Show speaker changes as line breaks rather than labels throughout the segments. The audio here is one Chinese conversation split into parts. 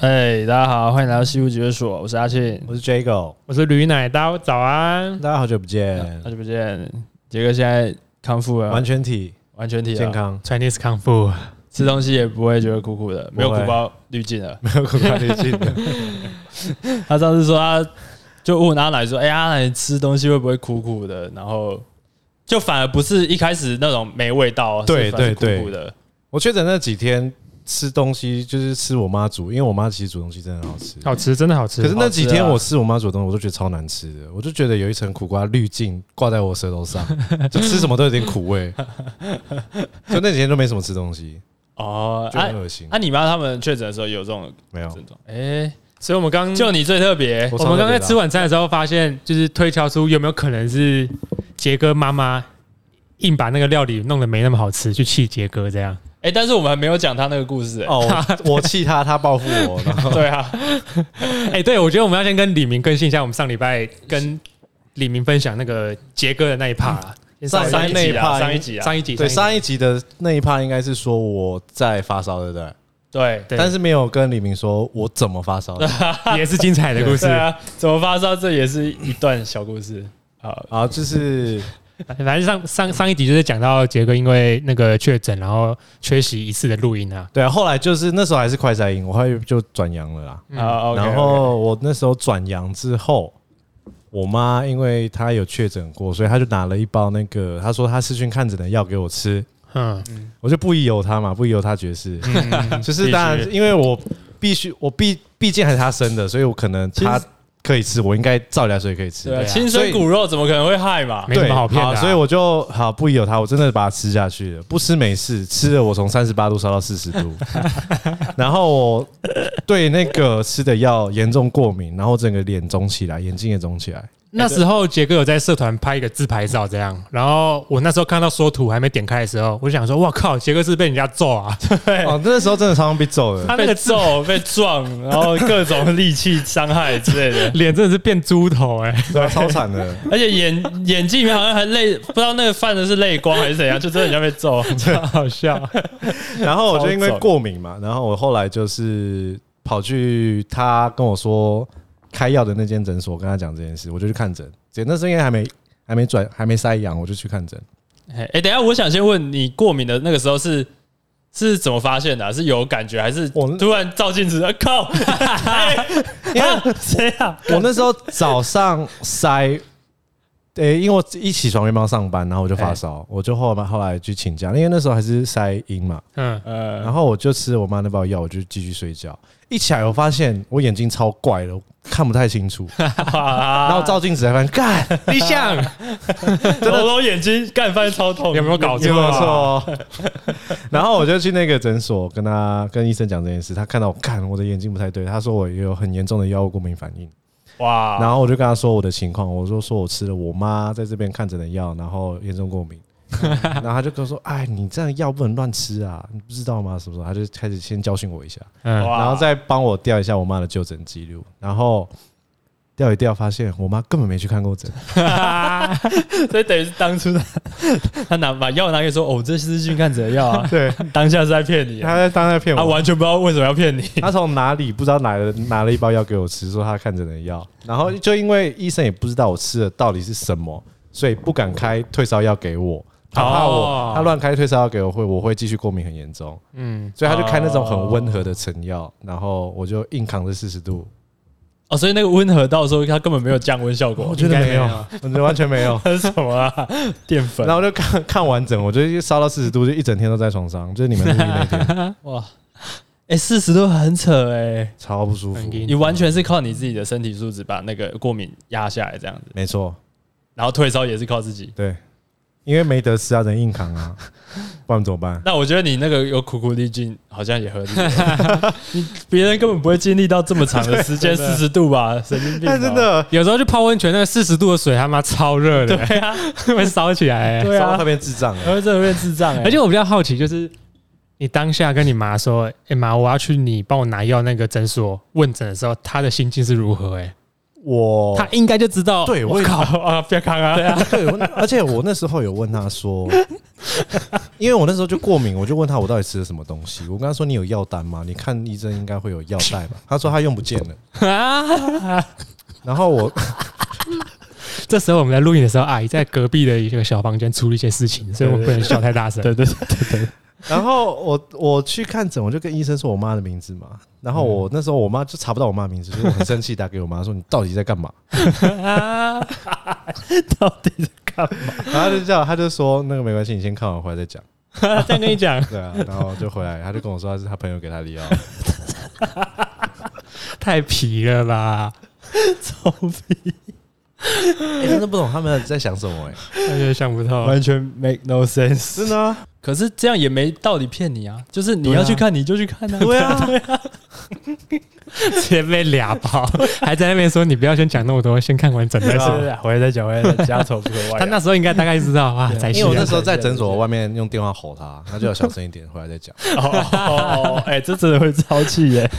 哎，大家好，欢迎来到西湖解所，我是阿庆，
我是 Jago，
我是驴奶，大家早安。
大家好久不见，
好哎
啊
久不见，杰哥现在康复了，
完全体
完全体了
健，康，
呃啊 Chinese 康复，
吃东西也不会觉得苦苦的，没有
不会
苦包滤镜了。
没有苦瓜滤镜的，
他上次说他就问阿奶说，哎、阿奶吃东西会不会苦苦的？然后就反而不是一开始那种没味道哦，
对
是反而是
对
苦苦的，
我确诊那几天吃东西就是吃我妈煮，因为我妈其实煮东西真的很好吃。
好吃，真哦的好吃。
可是那几
好吃
天
啊
我吃我妈煮的东西，我都觉得超难吃的，我就觉得有一层苦瓜滤镜挂在我舌头上， 就吃什么都有点苦味。就那几天都没什么吃东西，
哦，
哎
就很
啊
恶心
啊，。你妈他们确诊的时候有这种
没有，
症状，哎、
所以我们刚
就你最特别，
我
我们刚才吃晚餐的时候，发现就是推敲出有没有可能是杰哥妈妈硬把那个料理弄得没那么好吃，去气杰哥这 样。
哎、但是我们还没有讲他那个故事、哎
哦，我我气他，他报复 我，然后
对啊，
哎、对，我觉得我们要先跟李明更新一下，我们上礼拜跟李明分享那个杰哥的那一趴啦。先稍微
上
上一
一集
集
啊
啊，上
上
一
一
集啊，
上一集，
对
上
上一集的那一趴应该是说我在发烧，对不对？
对
对
但是没有跟李明说我怎么发烧 的。
一集 也是精彩的故事
对。啊，怎么发烧？这也是一段小故事。好，
啊，就是
反正上上上一集就是讲到杰哥因为那个确诊，然后缺席一次的录音啊。
对，后来就是那时候还是快筛阴，我后来就转阳了啦。
好，OK，OK，
然后我那时候转阳之后，我妈因为她有确诊过，所以她就拿了一包那个，她说她视讯看诊的药给我吃，
嗯，
我就不疑有她嘛，不疑有她爵士，
嗯
就是当
必
然，因为我必须，我毕毕竟还是她生的，所以我可能
其实
她可以吃，我应该照理来说也可以吃。
对啊，
对啊
亲
所
生
以
骨肉怎么可能会害嘛？
没什么好骗的啊
所以我就好不疑有他，我真的把它吃下去了。不吃没事，吃了我从三十八度烧到四十度， 然后我对那个吃的药严重过敏，然后整个脸肿起来，眼睛也肿起来。
那时候杰哥有在社团拍一个自拍照，这样。然后我那时候看到缩图还没点开的时候，我就想说，哇靠，杰哥是被人家揍啊！
哦，那时候真的常常被揍的。
他那
被
个，
揍、被撞，然后各种力气伤害之类的
脸真的是变猪头哎、
对啊，超惨的，
而且眼眼睛里面好像还泪，不知道那个泛的是泪光还是怎样，就真的像被 揍。
好笑。
然后我就因为
超肿
过敏嘛，然后我后来就是跑去他跟我说开药的那间诊所，跟他讲这件事，我就去看诊。姐那时候应该还没还没转还没塞阳，我就去看诊。
哎、欸等一下，我想先问你，过敏的那个时候是是怎么发现的啊、是有感觉还是
我
突然照镜子？啊、靠！ 哎啊谁啊？
我那时候早上塞，诶、因为我一起床原本要上班，然后我就发烧，
哎
我就后来后来去请假，因为那时候还是塞阴嘛，
嗯，
呃，
然后我就吃我妈那包药，我就继续睡觉。一起来我发现我眼睛超怪的，我看不太清 楚， 然
然
后照镜子才发现，干，
立项，
揉揉眼睛，干饭超痛，
有没有
有
搞错
没有
啊
错哦？ 然后我就去那个诊所跟他跟医生讲这件事，他看到我看我的眼睛不太对，他说我有很严重的药物过敏反应。
哇，
然后我就跟他说我的情况，我说说我吃了我妈在这边看诊的药，然后严重过敏。然后他就跟我说：“哎，你这样药不能乱吃啊，你不知道吗？什么什么？”他就开始先教训我一下，
嗯，
哇
然后再帮我调一下我妈的就诊记录，然后调一调，发现我妈根本没去看过诊。
所以等于是当初他他拿把药拿给你说，哦，这是去看诊的药啊，
对，
当下是在骗你啊，
她在当在骗
他
我。
完全不知道为什么要骗你。
她从哪里不知道拿了拿了一包药给我吃，说她看诊的药，然后就因为医生也不知道我吃的到底是什么，所以不敢开退烧药给我，他怕
哦
我他乱开退烧药给我会我会继续过敏很严重。
嗯，
所以他就开那种很温和的成药，然后我就硬扛着四十度，
哦，所以那个温和到时候他根本没有降温效果，。
觉得没有
我觉得完全没有
这是什么啊？淀粉
然后我就看看完整，我就烧到四十度，就一整天都在床上，就是你们录音那 天
哇，哎，四十度很扯哎，
超不舒服
很。硬
你完全是靠你自己的身体素质把那个过敏压下来这样子，
没错，
然后退烧也是靠自己。
对，因为没得吃啊，只能硬扛啊，不然怎么 办？
那我觉得你那个有苦苦力尽，好像也合 理。你别人根本不会经历到这么长的时 间，四十度吧，神经病吧。
但真的
有时候去泡温泉，那四十度的水他妈超热的，
对啊，
会烧起来、欸。
对
烧到
啊
特，别智障欸
我会真的变智障哎、
而且我比较好奇，就是你当下跟你妈说：“哎、妈，我要去你帮我拿药那个诊所问诊的时候，她的心境是如何、欸？”哎，
我
她应该就知道。
哦对我
我
也
靠啊，不要看啊！对啊，
对，我那而且我那时候有问他说， 因为我那时候就过敏，我就问他我到底吃了什么东西。我跟他说你有药单吗？你看医生应该会有药袋吧？他说他用不见了。
啊！
然后我
这时候我们在录影的时候，阿姨在隔壁的一个小房间处理一些事情，所以我们不能笑太大声。
对对对对，
然后我我去看诊，我就跟医生说我妈的名字嘛。然后我那时候我妈就查不到我妈的名字，所以我很生气，打给我妈说你到底在干嘛？
啊，
到底在干嘛？
然后她就叫她就说那个没关系，你先看完回来再讲。
这样跟你讲，
对啊，然后就回来，她就跟我说她是她朋友给她的药。
太皮了吧？
臭屁，
欸真的不懂他们在想什么哎、
完全想不透。
完全 make no sense。
真的、啊，
可是这样也没道理骗你啊，就是你要去看你就去看啊，
对啊，
直接被俩包，还在那边说你不要先讲那么多，先看完整再
对啊
说。
是回来再讲，回来再讲家丑不可外扬。
他那时候应该大概知道啊，在
因为
戏
我
啊
那时候在诊所外面用电话吼他， 他就要小声一点，回来再 讲。
哦哦哦，哎、这真的会超气耶、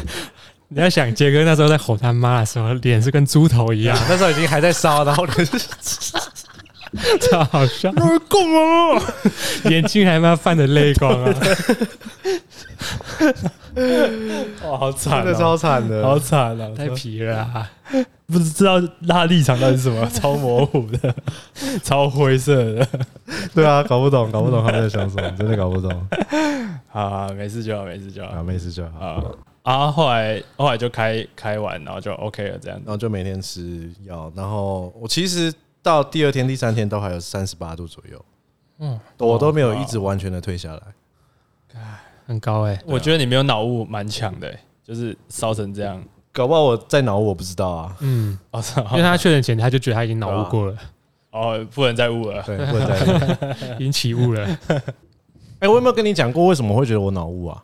你要想杰哥那时候在吼他妈的时候，脸是跟猪头一样，
那时候已经还在烧，然后就
超好笑， 眼睛还妈泛着泪光啊！
哇，好惨、
真
哦，
的超惨的。
好惨哦，
太皮了啊！
不知道他立场到底是 什么，超模糊的，超灰色的。
对啊，搞不懂，搞不懂他们在想什么，真的搞不懂。
啊，没事就好，没事就
啊，
好。
没事就好。
啊啊，后来后来就开开完，然后就 OK 了，这样
然
子。
后就每天吃药，然后我其实到第二天、第三天都还有三十八度左右，
嗯，
我都没有一直完全的退下来。
很高哎、
我觉得你没有脑雾蛮强的耶、欸就是烧成这样。
搞不好我在脑我不知道啊，
嗯，
哦，
因为他确诊前他就觉得他已经脑雾过了，
哦，不能再雾了。
对，不能再。
已经起雾了。
哎，我有没有跟你讲过为什么会觉得我脑雾啊？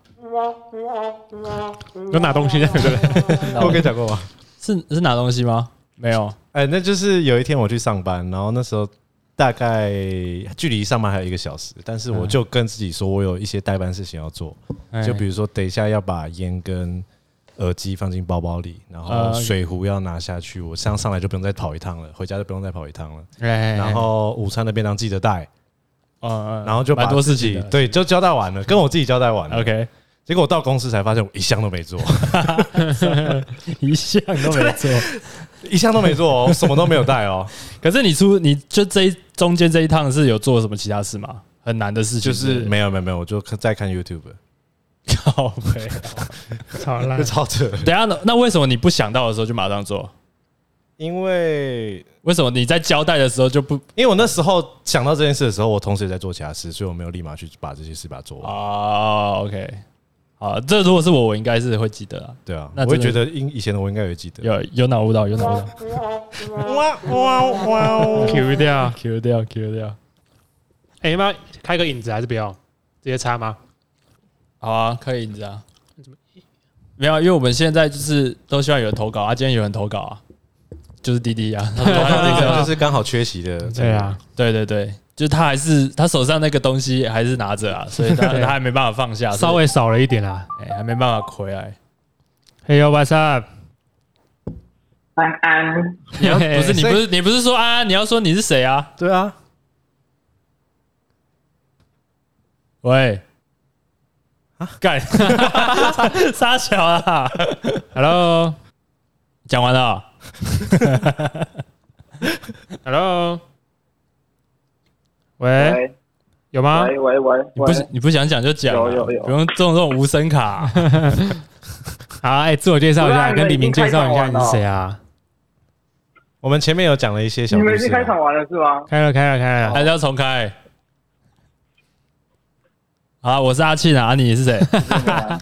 有拿东西这样对不对？
我跟你讲过吗？
哦是是拿东西吗？没有。
哎，那就是有一天我去上班，然后那时候大概距离上班还有一个小时，但是我
嗯
就跟自己说，我有一些代办事情要做，
哎
就比如说等一下要把烟跟耳机放进包包里，然后
呃
水壶要拿下去，我上上来就不用再跑一趟了，回家就不用再跑一趟了。
哎
然后午餐的便当记得带，
嗯，嗯
然后就把
蛮多
自
事
己
情的。
对，就交代完了，跟我自己交代完了。
OK，
结果我到公司才发现我一项都没做，
一项都没做。
一项都没做哦，我什么都没有带哦，
可是你出你就这一中间这一趟是有做什么其他事吗？很难的事情
就是
没
没有没有没有，我就看在看 YouTube，
靠背。
超烂
就，超扯。
等一下，那那为什么你不想到的时候就马上做？
因为
为什么你在交代的时候就不
因为我那时候想到这件事的时候，我同时也在做其他事，所以我没有立马去把这些事把它做完。
啊、o k 好，这如果是我，我应该是会记得啊。
对啊，
那
我会
真的
觉得应以前的我应该也记得。
有有脑悟到，有脑 悟到
哇哇哇 哦！
Q 掉。
，Q 掉，Q 掉。
哎、要不要开个影子还是不要？直接插吗？
好啊，可以，你知道？没有啊，因为我们现在就是都希望有人投稿啊，今天有人投稿啊，就是滴滴啊，他 投稿那
那
个
个就是刚好缺席的，
对啊，
对对对，就是他还是他手上那个东西还是拿着啊，所以 他他还没办法放下，
稍微少了一点啦。
所以、哎还没办法回来。
Hey yo, what's up？
晚安，
你要
嘿
不是你
所以
不是你不是说啊，你要说你是谁啊？
对啊，
喂，干 傻小啊！Hello，讲完了哦、
Hello，喂，
喂
有吗？
喂喂喂
你不
喂
是，你不想讲就讲啊、
有有有
不用这种这种无声卡啊、
好，哎、自我介绍一
不
下，
然
跟李明介绍一下
你们已经开场完
你
了
是谁啊？
我们前面有讲了一些小
你
故
们已
事
经开场
啊。
完了 是吗？
开了，开了，开了。
还是要重开？好，我是阿庆啊，你是 谁？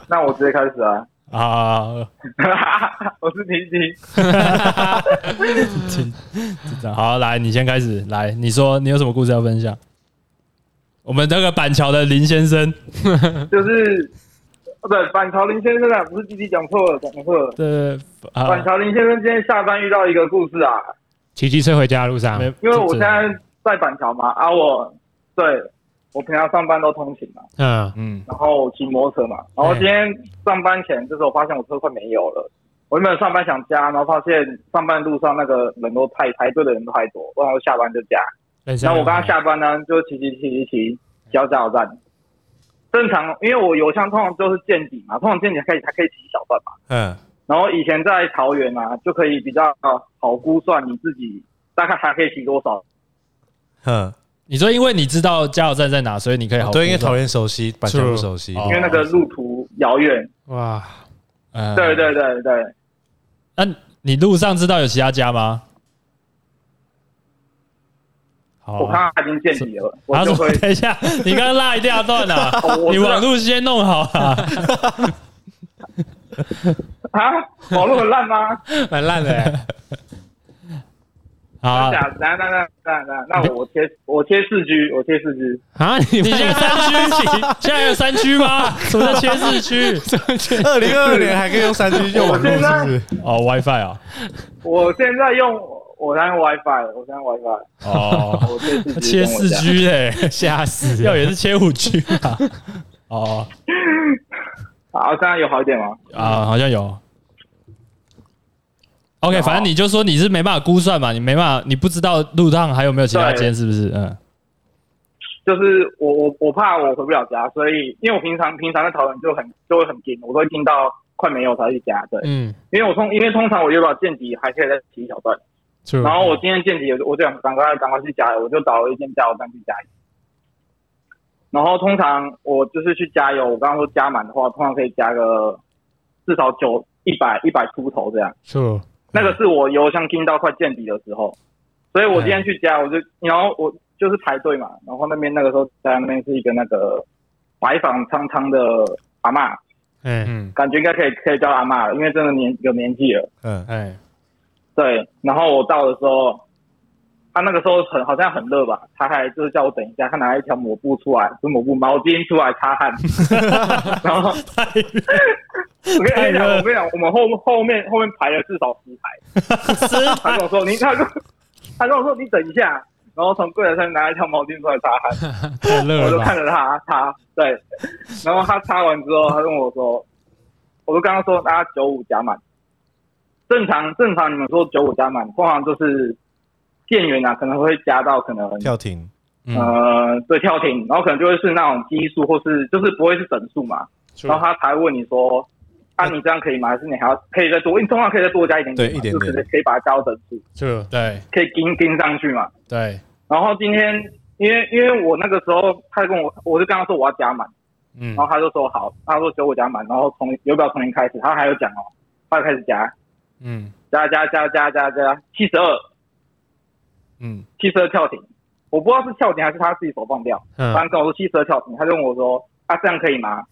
那我直接开始啊！
啊，
我是婷婷，
请就这样好，来，你先开始，来，你说你有什么故事要分享？我们这个板桥的林先生，
就是不对，板桥林先生啊，不是弟弟讲错了，讲错了。
对啊，
板桥林先生今天下班遇到一个故事啊，
骑机车回家的路上
没，
因为我现在在板桥嘛，啊我对我平常上班都通勤嘛，
嗯，
嗯，
然后骑摩托车嘛，然后今天上班前就是我发现我车快没油了。我原本上班想加，然后发现上班路上那个人都太排队的人都太多，然后下班就加。
人生
然后我
很
刚
好
刚下班呢，就骑骑骑骑骑，小加油站。正常，因为我油箱通常都是见底嘛，通常见底可以还可以骑小段嘛。
嗯，
然后以前在桃园啊，就可以比较好估算你自己大概还可以骑多少。
哦
嗯，
你说因为你知道加油站在哪，所以你啊可以好
对，因为
估算
桃园熟悉，板桥不
True
熟悉，
哦
因为那个路途遥远，
哇，
嗯
对对对对，
那、你路上知道有其他家吗？好
我
啊、
看他已经见底了，我
他
就
说
会：“
等一下，你刚刚拉一大段啊
哦， 我
你
知道
网路先弄好 啊。
啊，网络很烂吗？
蛮烂的、欸，
好啊，
假那那那那那那我贴我贴四 G，我贴四 G，
啊，你
你
们
现在三 区，现在有三区吗？什么叫切四区？
二零二二年还可以用三 G 用网络，是不是？
哦，WiFi 啊，
我现在用我在用 WiFi，我在用 WiFi，
哦，
我 贴
切四
四 G，
G 嘞，
吓死
要
了，
也是切五 G 吧？哦
好，现在有好一点吗？
啊，好像有。OK，反正你就说你是没办法估算嘛，你没办法，你不知道路上还有没有其他
对
间，是不是？嗯，
就是我我我怕我回不了家，所以因为我平常平常在讨论就很就会很紧，我都会听到快没有才去加，对，
嗯，
因为我通因为通常我约把见底还可以再骑一小段，
就
然后我今天见底，我就想赶快赶快去加油，我就找了一间加油站去加油。然后通常我就是去加油，我刚刚说加满的话，通常可以加个至少九一百一百出头这样。
就
那个是我油箱听到快见底的时候，所以我今天去加，我就然后我就是排队嘛，然后那边那个时候在那边是一个那个白发苍苍的阿嬷，
哎
嗯
感觉应该可以可以叫阿嬷了，因为真的年有年纪了。
嗯，
哎，
对，然后我到的时候，他那个时候很好像很热吧，他还就是叫我等一下，他拿一条抹布出来，不是抹布毛巾出来擦汗，然后我跟你讲，我跟你讲，我们后后面后面排了至少十排，他跟我说你他跟我他跟我说你等一下。然后从柜台上拿一条毛巾出来擦汗，
太热
我就
了吧，
看着他擦，对，然后他擦完之后，他跟我说，我就跟他说，大家九五加满，正常正常，你们说九五加满，通常就是店员啊，可能会加到可能
跳停，
嗯，
呃对跳停，然后可能就会是那种基数或是就是不会是整数嘛，
就
然后他才会问你说，啊你这样可以吗？还是你还要可以再多？你通常可以再多加一点点嘛，
对一点点
就是可以把它加到整数，
就
对
可以盯盯上去嘛。
对，
然后今天因为因为我那个时候他跟我，我就跟他说我要加满，
嗯
然后他就说好，他说九五加满，然后从有表从零开始，他还有讲哦，他就开始加
嗯
加加加加加加七十二。
嗯，
七十二跳停，我不知道是跳停还是他自己手放掉，
嗯
反正跟我说七十二跳停，他就问我说啊这样可以吗？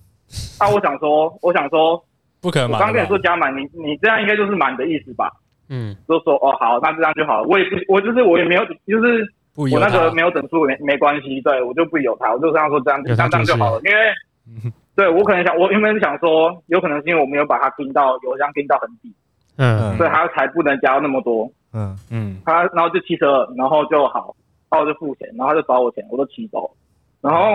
啊我想说我想说，
不可能
我
嘛。
刚跟你说加满，你你这样应该就是满的意思吧？
嗯
就说哦好，那这样就好了。我也不我就是我也没有就是
不由
我那个
他
没有整数没没关系，对我就不有他，我就跟他说这样
有
这
他
样这样就好了，因为。 对，我可能想，我原本是想说，有可能是因为我没有把它盯到油箱盯到很底，
嗯
所以它才不能加到那么多。
嗯，
嗯
他然后就骑车，然后就好，然后我就付钱，然后他就找我钱，我就骑走。然后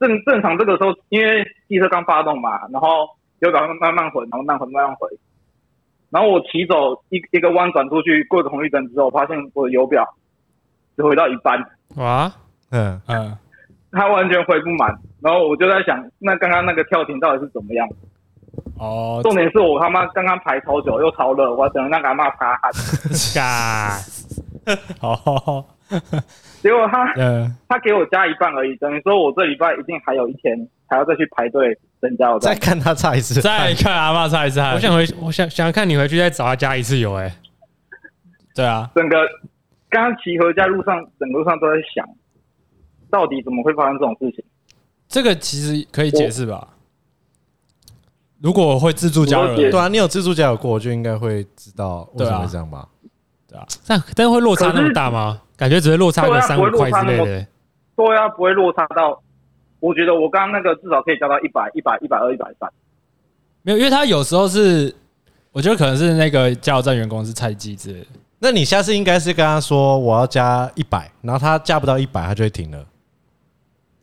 正正常这个时候，因为机车刚发动嘛，然后有赶快慢慢回，然后慢慢回慢慢回。然后我骑走一一个弯转出去，过个红绿灯之后，发现我的油表只回到一半，
哇，
嗯，
嗯，
它完全回不满。然后我就在想，那刚刚那个跳停到底是怎么样？
哦，
重点是我他妈刚刚排超久，又超热，我等那个阿妈擦汗，
嘎，
好，
结果他
嗯，
他给我加一半而已，等于说我这礼拜一定还有一天还要再去排队等加油
再
站。
看他差一次，
再看阿妈擦一擦，
我想回，我想想看你回去再找他加一次油，哎，
对啊，
整个刚刚骑回家路上，整个路上都在想，到底怎么会发生这种事情？
这个其实可以解释吧。如果我会自助加
我解
油
对
的，
啊，你有自助加油过，我就应该会知道为
啊
什么会这样吧？
但但会落差那么大吗？感觉只会落差
啊
个三五块之类的，欸
对啊，不会落差到，我觉得我刚刚那个至少可以加到一百、一百、一百二、一百三。
没有，因为他有时候是，我觉得可能是那个加油站员工是菜鸡之类的。
那你下次应该是跟他说我要加一百，然后他加不到一百，他就会停了。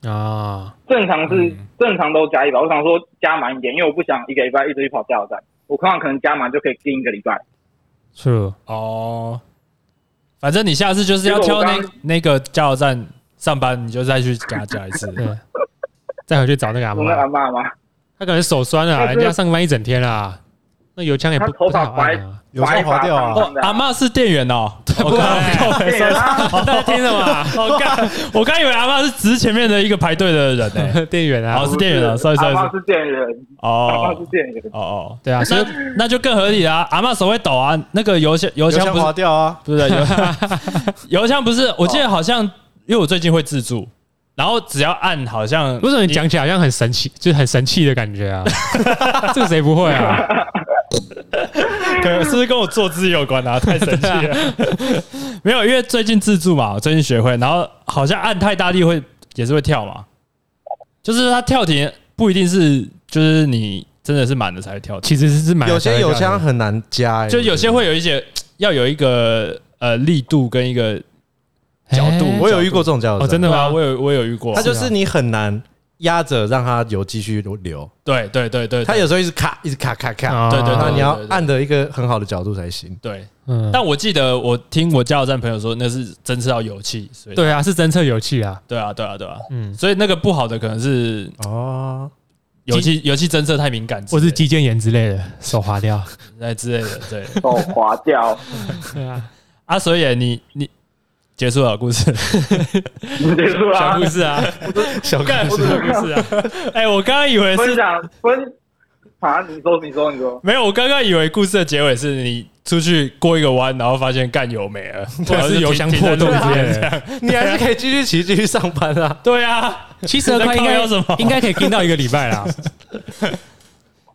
啊，
正常是、正常都加一百，我想说加满一点，因为我不想一个礼拜一直去跑加油站，我看看可能加满就可以盯一个礼拜。
是
哦，反正你下次就是要挑
结果我
那
刚
那个加油站上班，你就再去给他加一次。
对，再回去找那个阿
我那
妈
阿。妈嘛，
他可能手酸了啊、
但是
人家上班一整天啦、那油枪也不
他头发
不太好按
白
啊。
有时候滑掉啊
哦
白发苍，苍的
阿妈是店员哦，我
对
刚
对啊，
大家听了嘛？
我刚我刚以为阿妈是只是前面的一个排队的人 呢。
店员啊
好，是店员啊，sorry，sorry，
阿妈
sorry
是店员，阿妈是
哦
店员
哦，哦，
对啊，所以
那那就更合理啦。阿妈手会抖啊，那个油箱油
油
箱哦
箱
不
滑
是
掉啊，
不是油 油箱不是，我记得好像因为我最近会自助，然后只要按好像
为什么你讲起来好像很神奇，就是很神气的感 觉啊？这个谁不会啊？
可能是不是跟我坐姿也有关 啊？太神奇了，没有，因为最近自助嘛，我最近学会，然后好像按太大力会也是会跳嘛，就是它跳停不一定是就是你真的是满的才会跳停，
其实是蛮
有些油箱很难加、欸，
就有些会有一些要有一个呃力度跟一个角度
哎
我有遇过这种加油
哦，
站，
真的
对吧？啊
吗？
我有我有遇过
它，就是你很难压着让它油继续流，
对对对对，哦
它有时候一直卡，一直卡卡卡，
啊
对对对
那
对
你要按的一个很好的角度才行。
对，
嗯，
但我记得我听我加油站朋友说那是真是要有气，所以
对啊，是侦测油气啊。
对啊对啊对啊，
嗯，
所以那个不好的可能是
哦，
油气油气侦测太敏感之
或
类的，
是肌腱炎之类的，手滑掉。
哎之类的，对
手哦滑掉，
对啊，
啊，所以你你结束了故事，
结束
小
啦
故。事啊，
小
干
故
不
事
是小故 事啊，哎，我刚刚以为
分
是
享分啊，你说你说你说，
没有，我刚刚以为故事的结尾是你出去过一个弯，然后发现干油没 了，
或者啊是油箱破洞之类的。
你还是
啊
可以继续骑，继续上班啊。
对啊，
七十二块应
在靠腰什
该
么
应该可以盯到一个礼拜啦。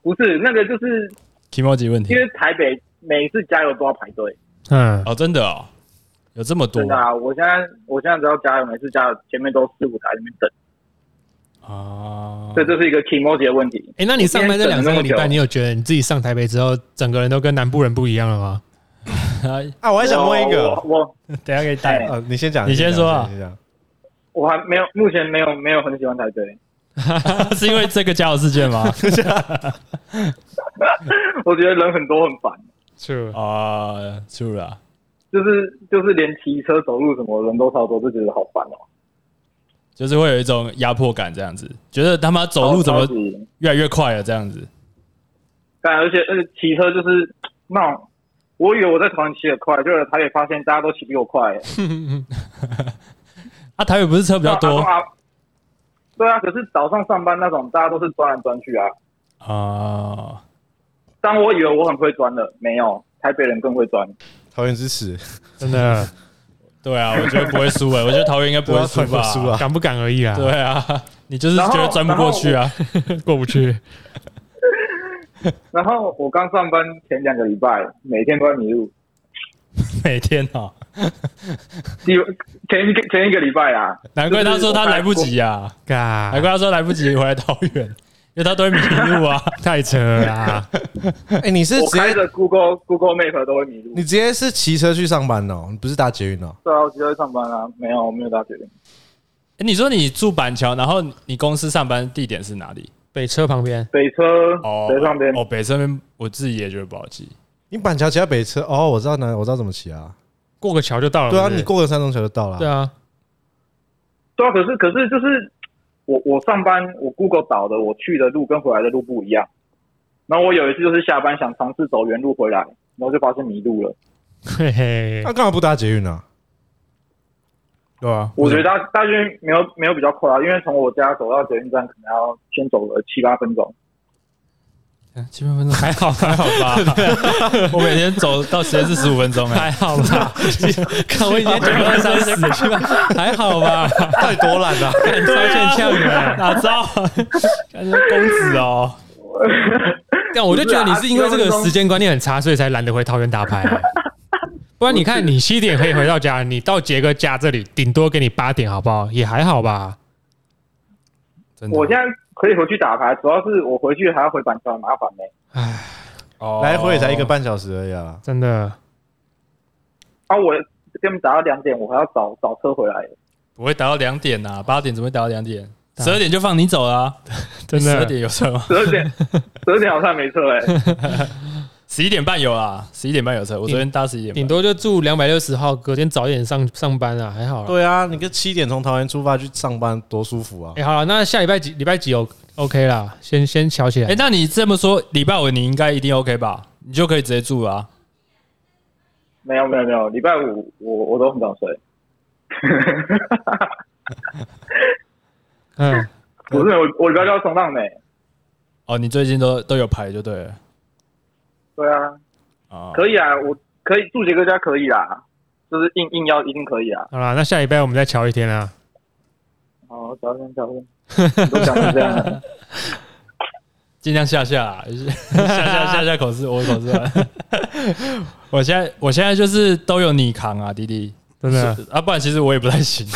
不是那个，就是
提莫吉问题
因为台北每一次加油都要排队，
嗯，
哦，真的哦，有这么多
真的啊！我现在我现在只要加油，每次加油前面都四五台在那边等，
啊，
这这是一个 i m o 的问题。
哎，那你上班这两三个礼
我今天等了那么
拜，
久
你有觉得你自己上台北之后，整个人都跟南部人不一样了吗？
啊，我还想问一
我
个，
我
等一下可以带
哎
呃，你先讲，
哦你先
讲
说啊
先讲
我还没有，目前没有没有很喜欢台队。
是因为这个加油事件吗？
我觉得人很多很烦，
是
啊，出了
就是就是连骑车走路什么人都超多，就觉得好烦哦。
就是会有一种压迫感，这样子，觉得他妈走路怎么
超级
越来越快了，这样子。
但而且而且骑车就是那种，我以为我在台湾骑得快，就是台北发现大家都骑比我快，
啊，台北不是车比
比
较多
啊。对啊，可是早上上班那种，大家都是钻来钻去啊。哦
啊？
当我以为我很会钻了，没有，台北人更会钻。
桃园之耻，
真的
对啊，我觉得不会输哎，我觉得桃园应该不会输吧？
输啊！
敢不敢而已啊，
对啊，你就是
然后
觉得钻不过去啊？
过不去。
然后我刚上班前两个礼拜，每天都在迷路。
每天哦，
第前一个前一个礼拜啊，
难怪他说他来不及啊，
嘎
难怪他说来不及回来桃园，因为他都会迷路啊。
太扯了啊！
哎，你是
我
直
开
接
着 Google Google Map 都会迷路
你。直接是骑车去上班哦，你不是搭捷运哦？
对啊，我直接上班啊，没有，我没有打决定。
诶 你说你住板桥，然后你公司上班地点是哪里？
北车旁边，
北车
哦，
北上边，
哦，北这边我自己也觉得不好记。
你板桥骑到北车哦，我知道哪，我知道怎么骑啊。
过个桥就
哦
到了。
对啊，
是不是
你过了三中桥就到了
对
啊。
啊，
对啊，可是可是就是我我上班我 Google 导的，我去的路跟回来的路不一样。然后我有一次就是下班想尝试走原路回来，然后就发现迷路了。
嘿嘿
那，干嘛不搭捷运啊？
对啊，
我觉得大大约没有没有比较快啊，因为从我家走到捷运站可能要先走了七八分钟。
七八分钟还好还好吧， 我每天走到实验室十五分钟 哎，
还好吧？ 看我已经九二三十了，去吧还好吧？
到底多懒啊？
干超欠呛的。
哪知 道？感觉公子哦，
但我就觉得你是啊因为这个时间观念很差，所以才懒得回桃园打牌。 不然你看，你七点可以回到家，你到杰哥家这里，顶多给你八点，好不好？也还好吧。
真
我现在可以回去打牌，主要是我回去还要回板桥，很麻烦呢、
唉，
哦
来回也才一个半小时而已啊。
真的，
啊，我这边打到两点，我还要找找车回来。
不会打到两点呐、八点怎么会打到两点？十二点就放你走啦、啊
真
十二
的，
点有车吗？
十二点，十二点好像没车哎、
十十一点半有啦，十一点半有车，我昨天搭十一点
顶
半。
多就住两百六十号，隔天早一点上上班啊，还好
哦
啦。
对啊，你跟七点从桃园出发去上班，多舒服啊
哎、！好了，那下礼拜几？礼拜几有 OK 啦？先先瞧起来。
哎、那你这么说，礼拜五你应该一定 OK 吧？你就可以直接住啊啦、
没有没有没有，礼拜五我我都很早睡。
嗯，
不是我我礼拜六冲浪呢。
哦，你最近都都有排就对了。
对啊，
啊，
哦
可以啊，我可以住杰哥家可以啦，就是硬硬要一定可以啊。
好啦，那下礼拜我们再瞧一天啊。
哦，小心小心， 都讲成这样了。
尽量下下啦，下下下下口试，我口试完。 我现在我现在就是都有你扛啊，弟弟。
真的，
啊，不然其实我也不太行。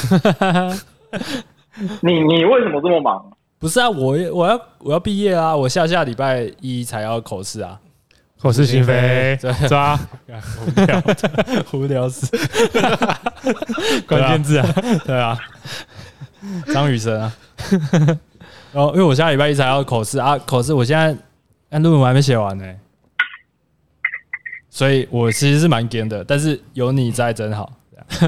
你你为什么这么忙？
不是啊，我也我要我要毕业啊，我下下礼拜一才要口试啊。
口是心非，
对
抓
无聊，无聊 死。
关键字啊。
对啊，张雨生啊。然后因为我下礼拜一才要口试啊，口试我现在那论文还没写完呢、所以我其实是蛮干的，但是有你在真好。
就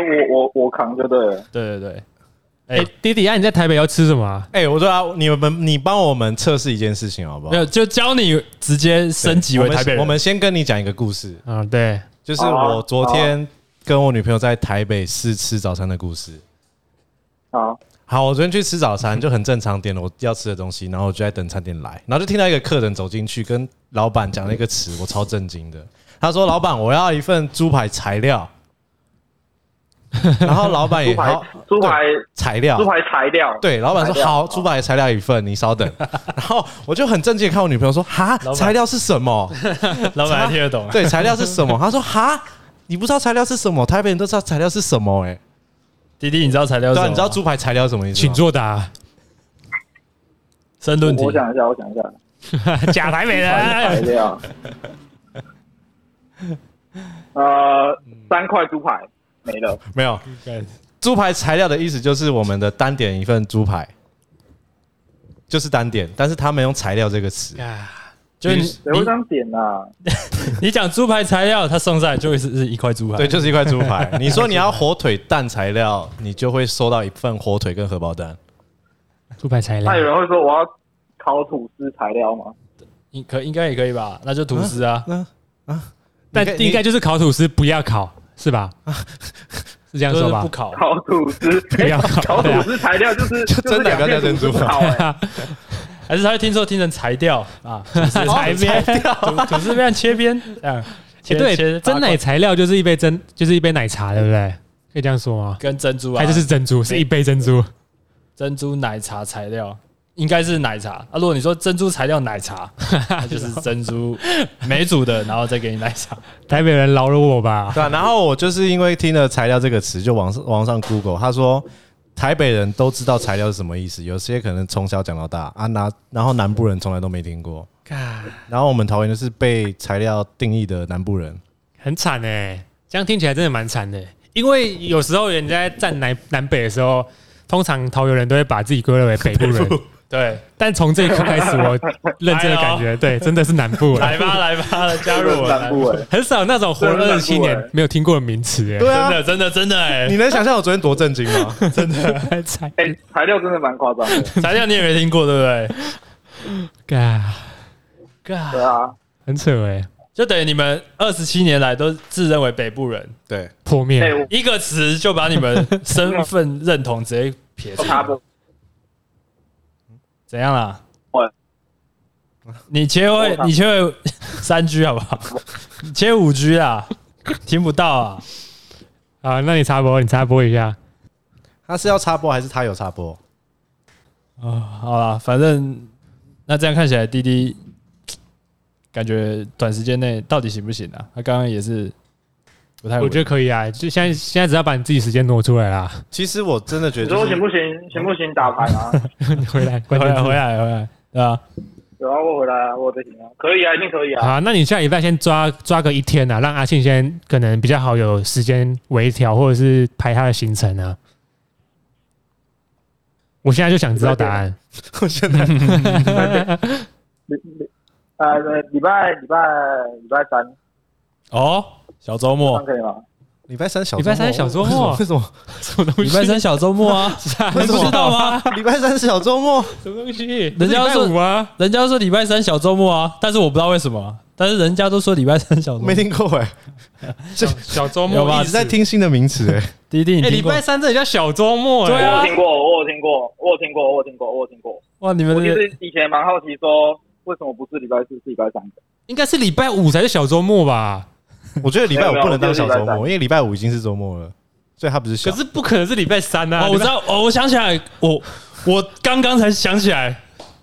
我我我扛就对了。
对对对，哎、
哎、弟弟啊，你在台北要吃什么、啊？
哎、我说啊，你们你帮我们测试一件事情好不好
没？有就教你直接升级
我
为
们
台北人。
我们先跟你讲一个故事，
啊，对，
就是
好啊
我昨天跟我女朋友在台北市吃早餐的故事。
好，
好，我昨天去吃早餐，就很正常点了我要吃的东西，然后我就在等餐点来，然后就听到一个客人走进去，跟老板讲了一个词，我超震惊的。他说：“老板，我要一份猪排材料。”然后老板也
猪排
好
猪排
对材料
猪排材料。
对，老板说
材料
好，猪排材料一份，你稍 等。然后我就很震惊地看我女朋友说：“哈，
老板
材料是什么？”
老板还听得懂啊？
对，材料是什么？他说哈，你不知道材料是什么？台北人都知道材料是什么、欸？哎，
弟弟，你知道材料是
对
什
啊，
么？
你知道猪排材料是什么意思
请
吗？
作答。
申论题
我，想一下，我想一下，猪
假台北
啊
哎
排材
人，
料。呃，三块猪排没了。
没有，猪排材料的意思就是我们的单点一份猪排，就是单点，但是他们用材料这个词。
哎
啊
就是你
谁会这样点啊呐、
你讲猪排材料，他送上来就是是一块猪排。
对，就是一块猪 排。你说你要火腿蛋材料，你就会收到一份火腿跟荷包蛋。
猪排材料
那有人会说我要烤吐司材料吗？
你可应该也可以吧？那就吐司啊，
那
但
你可以
应该就是烤吐司，不要烤，是吧？是这样
就是
说吧
不？烤。
烤吐司，
不要
欸
烤
烤
对啊
吐司材料就是
就
就是
真的
两
不要
片
再珍
吐司
珠啊
烤欸
还是他会听说听成裁掉啊，吐司裁边，吐吐司变切边，这样切
哦哎对，
切
真奶
八块
材料就是一杯真，就是一杯奶茶，对不对？可以这样说吗？
跟珍珠啊，
还是是珍珠，是一杯珍珠。
珍珠奶茶材料，应该是奶茶啊。如果你说珍珠材料奶 茶，那就是珍珠没煮的，然后再给你奶茶。
台北人饶了我吧！
对、啊，然后我就是因为听了“材料”这个词，就网上网上 Google，他说台北人都知道材料是什么意思，有些可能从小讲到大啊，那然后南部人从来都没听过，然后我们桃园就是被材料定义的南部人，
很惨哎、这样听起来真的蛮惨的欸、因为有时候人家在站南南北的时候，通常桃园人都会把自己归类为北部人，
对，
但从这一刻开始，我认真的感觉，对，真的是南部了，
来吧来吧，加
加
入
入
我
南
们，
部哎，
很少那种活
真的
了二
是南
十七
部欸
年没有听过的名词、欸，
对
真
啊，
的真的真的哎
你，能想象我昨天多震惊吗？
还惨，
哎、材料真的蛮夸张的，
材料你也没听过对不 对？
嘎，
对啊，
很扯哎、
就等于你们二十七年来都自认为北部人，
对，
破
哎、
灭，
我
一个词就把你们身份认同直接撇除
我。插播，
怎样啦？
我
你切
我
会，
打
你切会三 G 好不好？你切五 G 啦，听不到啊。
啊，那你插播，你插播一下，
他是要插播还是他有插播？
哦，好啦，反正那这样看起来，滴滴感觉短时间内到底行不行啊？他刚刚也是不太稳，
我觉得可以啊，就现在现在只要把你自己时间挪出来 啦，
其实我真的觉
你
得、
说
就
行
是，
不行？行不行？打牌 啊？
你回来，
回
关键
来
字
回来回来，对吧、啊？
有啊，我回来啊，我在行啊，可以啊，一定可以啊。
好，那你下礼拜先抓抓个一天啊，让阿信先可能比较好有时间微调，或者是排他的行程啊。 我现在就想知道答案，
我现在
礼礼
啊
呃，礼拜礼拜礼拜三，
哦，小周
这
末
样，可以吗？
礼拜三小
礼拜三小周末
为什么？
什么东
礼
西？
拜三小周末啊，你
为什么
不知道吗？
礼拜三是小周末，
什么东西？
人家
不是
说
哎礼拜五啊，
人家说礼拜三小周末啊，但是我不知道为什么啊，但是人家都说礼拜三小周末
没。听过 哎，
小小周
有
末
吧
一直在。听新的名词 哎。
弟弟，
哎，
你
礼
听过
拜？三这也叫小周末？哎
对啊
我有听过，我有听过，我有听过，我有听过，我有听过。
哇，你们
我其
的
实以前蛮好奇说，为什么不是礼拜四，是礼拜三的？
应该是礼拜五才是小周末吧？
我觉得礼拜五不能当小周
没有没有我觉
末，因为
得礼拜三
礼拜五已经是周末了，所以它不是小
可。是不可能是礼拜三啊！
哦，我知道，哦，我想起来，我我刚刚才想起来，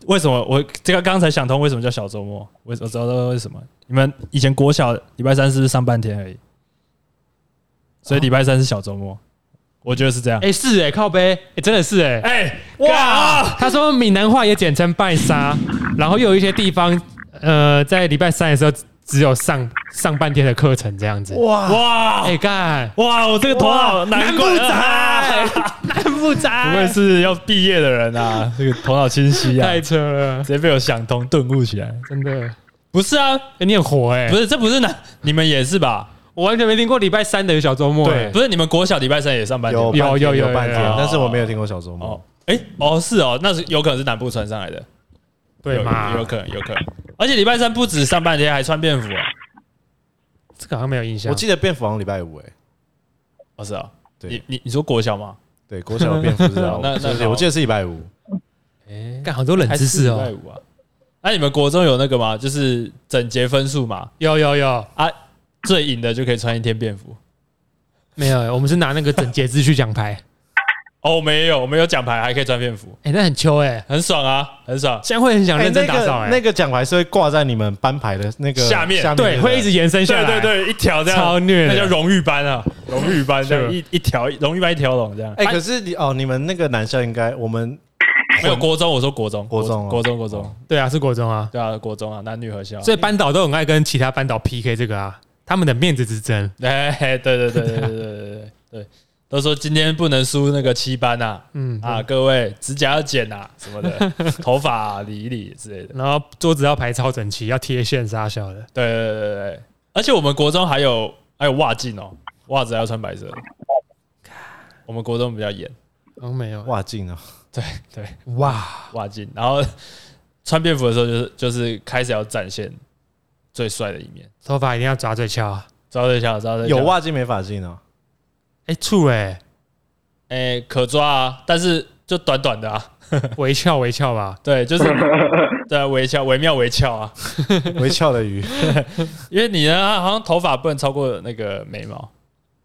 为什么我这个刚才想通为什么叫小周末？我我知道为什么，你们以前国小礼拜三是不是上半天而已？所以礼拜三是小周末，我觉得是这样。
哎、是哎、靠背，哎、真的是哎、
哎，
哇
哇！！
他说闽南话也简称拜沙，然后又有一些地方，呃，在礼拜三的时候只有上上半天的课程这样子。
哇，
哇
哎、干，
哇！我这个头脑难
南部
怪
仔
啊，
南部
不愧
仔，
是要毕业的人 啊，这个头脑清晰啊
太，扯了，
直接被我想通顿悟起来。
真的。哎、
不是啊，
你很火哎、
不是，这不是难，你们也是吧？
我完全没听过礼拜三的小周末、哎
对
不是，你们国小礼拜三也上班
有
有
半天
有有
有半天
有有，
但是我没有听过小周
哦
末。，
哎、哦，是哦，那是有可能是南部传上来的，
对
有
嘛？
有可能，有可能。而且礼拜三不止上半天，还穿便服哦。
这个好像没有印象。
我记得便服好像礼拜五哎，
哦，是哦，
对
你你你说国小吗？，
对，国小的便服是啊
哦
那那
就是
好
我记得是礼拜五，
哎干好多冷知识
还是
哦
礼。拜五啊。那、你们国中有那个吗？就是整节分数嘛，
有有有，
啊，最赢的就可以穿一天便服。
没有、哎我们是拿那个整洁秩序奖牌。
哦，没有，我们有奖牌，还可以穿便服，
哎、那很秋哎、
很爽啊，很爽。
现在会很想认真打扫哎、
那个那个奖牌是会挂在你们班牌的那个
下面
对，会一直延伸下
对
来，
对对，一条这样，
超虐的
那叫荣誉班啊，荣誉班这样
是
一一条荣誉班一条龙这样。
哎，可是你哦，你们那个男校应该我们
没有国中，我说国中，
国中哦
国中，国中，
对啊，是国中啊，
对啊，国中啊，男女合校。
所以班导都很爱跟其他班导 PK 这个啊，他们的面子之争。
哎，对对对对对对对对对，都说今天不能输那个七班呐、啊，
嗯
啊，各位指甲要剪呐、啊、什么 的，头发、啊理一理之类的。
然后桌子要排超整齐，要贴线啥小的。
对对对对对，而且我们国中还有还有袜镜哦，袜子还要穿白色的。我们国中比较严，
哦，没有哇
哇进啊，
对对，
哇，
袜镜，然后穿便服的时候就是就是开始要展现最帅的一面，
头发一定要抓最翘啊！
知道对象，知道对象
有袜进没法进啊，
哎、处哎、
哎、可抓啊，但是就短短的啊，
微翘微翘吧。
对， 就是对啊，微翘，惟妙惟肖啊，
微翘的鱼，
因为你呢，好像头发不能超过那个眉毛，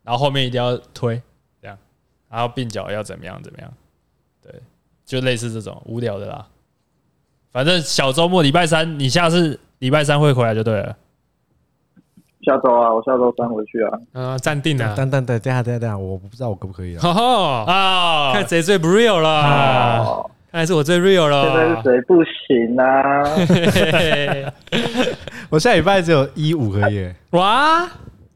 然后后面一定要推，这样，然后鬓角要怎么样怎么样，对，就类似这种无聊的啦。反正小周末礼拜三，你下次礼拜三会回来就对了。
下周啊，我下周三回去啊。
呃，暂定了，
但但但等一下等一下等一下，我不知道我可不可以啊，
吼吼，
啊，
看谁最不 real
啊
了，
哦，
看来是我最 real
现在是
了。
谁不行啊？
我下礼拜只有一五可以欸，
哇，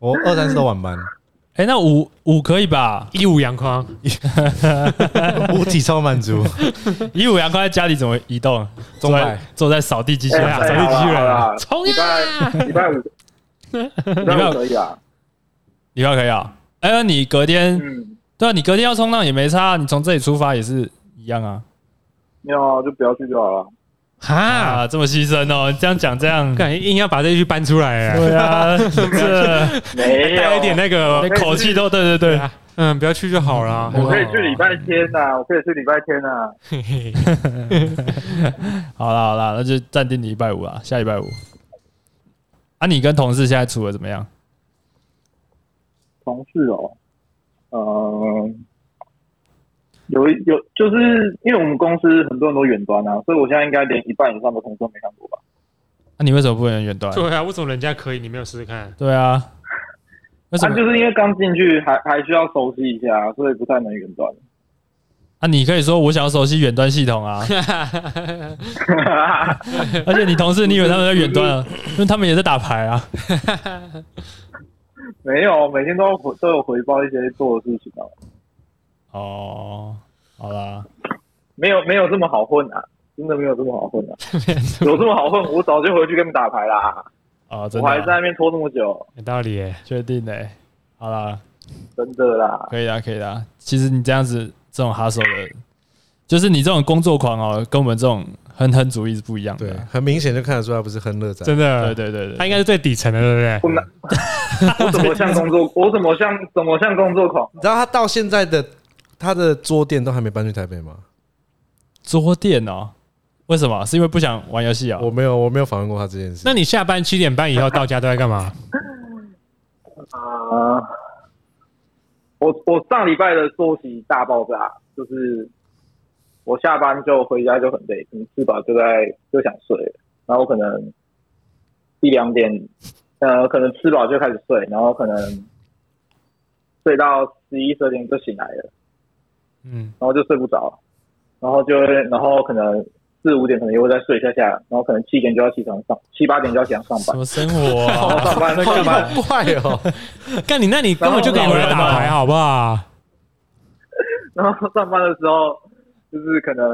我二三四都晚班，
哎、那五五可以吧？
一五阳光，
五体超满足，
一五阳光在家里怎么移动？
中
坐
摆
在坐在扫地机器人
哎
啊，
对
扫地机器人啊，
好啦
冲
礼
呀！
拜礼拜五，礼拜五可以啊。
礼拜可以啊。哎、那你隔天
嗯，
对啊，你隔天要冲浪也没差啊，你从这里出发也是一样啊。
没有啊，就不要去就好了。
哈，
啊，这么牺牲哦，这样讲这样，
感觉硬要把这句搬出来哎。
对啊，这
没
带
有
一点
那
那个，
口气都对对对。
啊
嗯，不要去就好了。
我可以去礼拜天呐、啊，我可以去礼拜天呐、啊。
好啦好啦，那就暂定礼拜五啊，下礼拜五。啊，你跟同事现在处的怎么样？
同事哦，呃，有一有，就是因为我们公司很多人都远端啊，所以我现在应该连一半以上的同事都没看过吧？
那、啊你为什么不能远端？
对啊，为什么人家可以，你没有试试看？
对啊，为什
他、
么？
啊就是因为刚进去还，还需要熟悉一下，所以不太能远端。
啊，你可以说我想要熟悉远端系统 啊，而且你同事，你以为他们在远端 啊？因为他们也在打牌啊。
没有，每天都有回都有回报一些做的事情啊，
哦，好啦，
没有没有这么好混啊。真的没有这么好混 的、有这么好混，我早就回去跟你们打牌啦，
啊，真
我
的
还在
啊
那边拖那么久，
有道理耶。
确定哎，好啦，
真的啦，
可以啊啦，可以啦。其实你这样子这种哈手的，就是你这种工作狂哦，跟我们这种哼哼主义是不一样
对
的。，啊
很明显就看得出来不是亨乐仔。
真
对
的，
对对
他
对，
应该是最底层的，对不对？
我哪我怎么像工作，我怎么像怎么像工作狂？
你知道他到现在的他的桌垫都还没搬去台北吗？
桌垫哦，为什么？是因为不想玩游戏啊？
我没有，我没有访问过他这件事。
那你下班七点半以后到家都在干嘛？
啊、我我上礼拜的作息大爆炸，就是我下班就回家就很累，可能吃饱就在就想睡了，然后可能一两点，呃，可能吃饱就开始睡，然后可能睡到十一十二点就醒来了，
嗯，
然后就睡不着，然后就会然后可能四五点可能又会再睡一下下，然后可能七点就要起床上，七八点就要起床上
什
班，
么生活
然后
啊？
上班
在
上
干
班
嘛？
好怪哦，
干你，那你根本就可以回来打
啊
牌，啊好不好？
然后上班的时候，就是可能